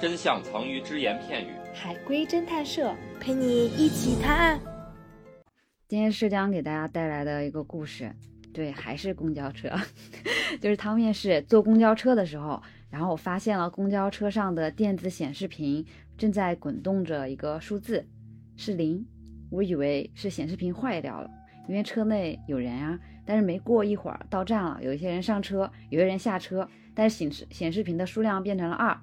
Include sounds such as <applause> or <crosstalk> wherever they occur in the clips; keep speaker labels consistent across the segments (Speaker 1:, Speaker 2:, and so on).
Speaker 1: 真相藏于只言片语。
Speaker 2: 海龟侦探社陪你一起探案。
Speaker 3: 今天是将给大家带来的一个故事，对，还是公交车， <laughs> 就是汤面是坐公交车的时候，然后我发现了公交车上的电子显示屏正在滚动着一个数字，是零，我以为是显示屏坏掉了，因为车内有人啊，但是没过一会儿到站了，有一些人上车，有些人下车，但是显示显示屏的数量变成了二，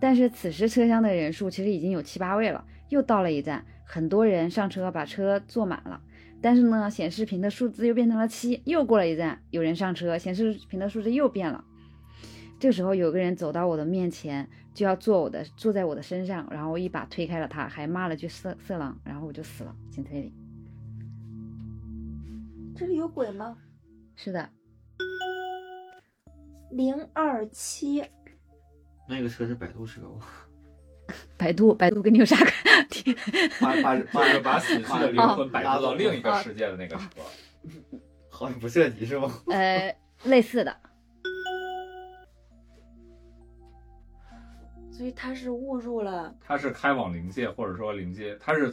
Speaker 3: 但是此时车厢的人数其实已经有七八位了，又到了一站，很多人上车把车坐满了，但是呢，显示屏的数字又变成了七，又过了一站，有人上车，显示屏的数字又变了。这个时候有个人走到我的面前，就要坐我的坐在我的身上，然后我一把推开了他，还骂了句色色狼，然后我就死了，进推理。
Speaker 2: 这里有鬼吗？
Speaker 3: 是的，
Speaker 2: 零二七，
Speaker 4: 那个车是摆渡车吗？
Speaker 3: 百度百度跟你有啥关系？ <laughs>
Speaker 4: 把把
Speaker 5: 就是把死去的灵魂摆渡到另一个
Speaker 2: 哦
Speaker 5: 世界的那个车，
Speaker 4: 好像不涉及是吗？
Speaker 3: 呃，类似的，
Speaker 2: 所以他是误入了。
Speaker 5: 它是开往灵界，或者说灵界，它是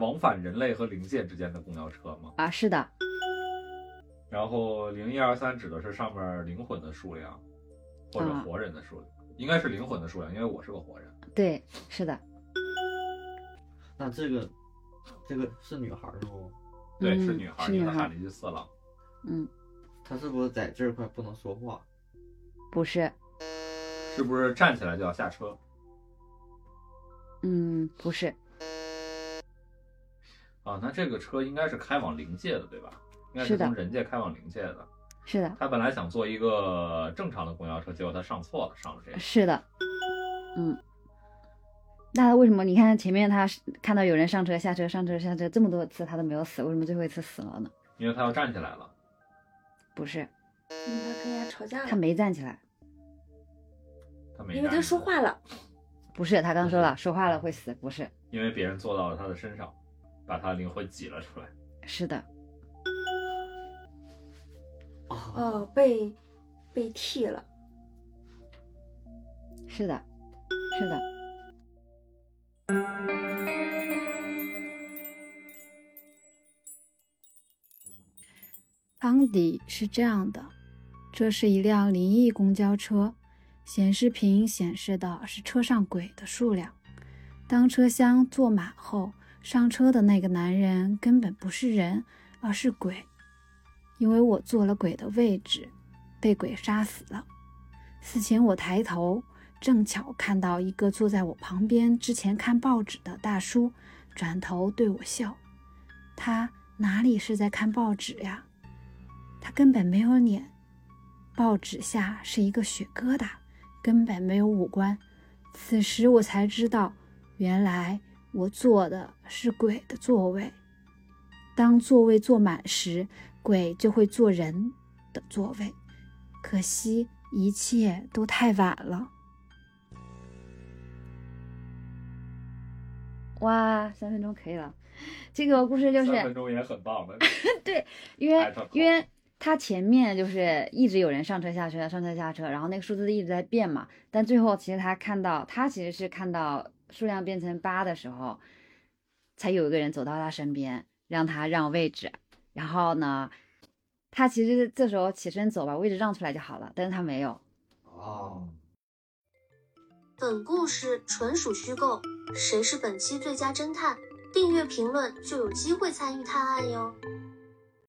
Speaker 5: 往返人类和灵界之间的公交车嘛。
Speaker 3: 啊，是的，
Speaker 5: 然后零一二三指的是上面灵魂的数量，或者
Speaker 3: 啊
Speaker 5: 活人的数量，应该是灵魂的数量，因为我是个活人。
Speaker 3: 嗯对，是的，
Speaker 4: 那这个这个是女孩儿是吗？
Speaker 5: 对，
Speaker 3: 嗯
Speaker 5: 是女孩，
Speaker 3: 是
Speaker 5: 你
Speaker 3: 女
Speaker 5: 们喊
Speaker 3: 孩
Speaker 5: 了，一句色狼。
Speaker 3: 嗯，
Speaker 4: 她是不是在这块不能说话？
Speaker 3: 不是，
Speaker 5: 是不是站起来就要下车？
Speaker 3: 嗯，不是，
Speaker 5: 啊，那这个车应该是开往灵界的，对吧？应该
Speaker 3: 是的
Speaker 5: 从人界开往灵界的。
Speaker 3: 是的，
Speaker 5: 他本来想坐一个正常的公交车，结果他上错了，上了这个。
Speaker 3: 是的，嗯。那他为什么你看前面他是看到有人上车下车上车下车这么多次他都没有死，为什么最后一次死了呢？
Speaker 5: 因为他要站起来了。
Speaker 3: 不是，
Speaker 2: 嗯，他跟人家吵架
Speaker 3: 他
Speaker 2: 了，
Speaker 3: 没站起来，
Speaker 5: 他没，
Speaker 2: 因为他说，话了。
Speaker 3: 不是，他刚说了说话了会死，不是，
Speaker 5: 因为别人坐到了他的身上，把他的灵魂挤了出来。
Speaker 3: 是的，
Speaker 4: 啊，
Speaker 2: 哦，被被替了。
Speaker 3: 是的，是的，
Speaker 6: 汤底是这样的：这是一辆灵异公交车，显示屏显示的是车上鬼的数量。当车厢坐满后，上车的那个男人根本不是人，而是鬼，因为我坐了鬼的位置，被鬼杀死了。事前我抬头，正巧看到一个坐在我旁边之前看报纸的大叔，转头对我笑。他哪里是在看报纸呀？他根本没有脸，报纸下是一个血疙瘩，根本没有五官。此时我才知道，原来我坐的是鬼的座位。当座位坐满时，鬼就会坐人的座位。可惜一切都太晚了。
Speaker 3: 哇，三分钟可以了。这个故事就是
Speaker 5: 三分钟也很棒的。
Speaker 3: 因为
Speaker 5: 挨着搞
Speaker 3: 因为它前面就是一直有人上车下车上车下车，然后那个数字一直在变嘛，但最后其实他看到他其实是看到数量变成八的时候，才有一个人走到他身边，让他让位置，然后呢，他其实这时候起身走把位置让出来就好了，但是他没有，
Speaker 4: 哦，
Speaker 7: 本故事纯属虚构，谁是本期最佳侦探？订阅评论就有机会参与探案哟。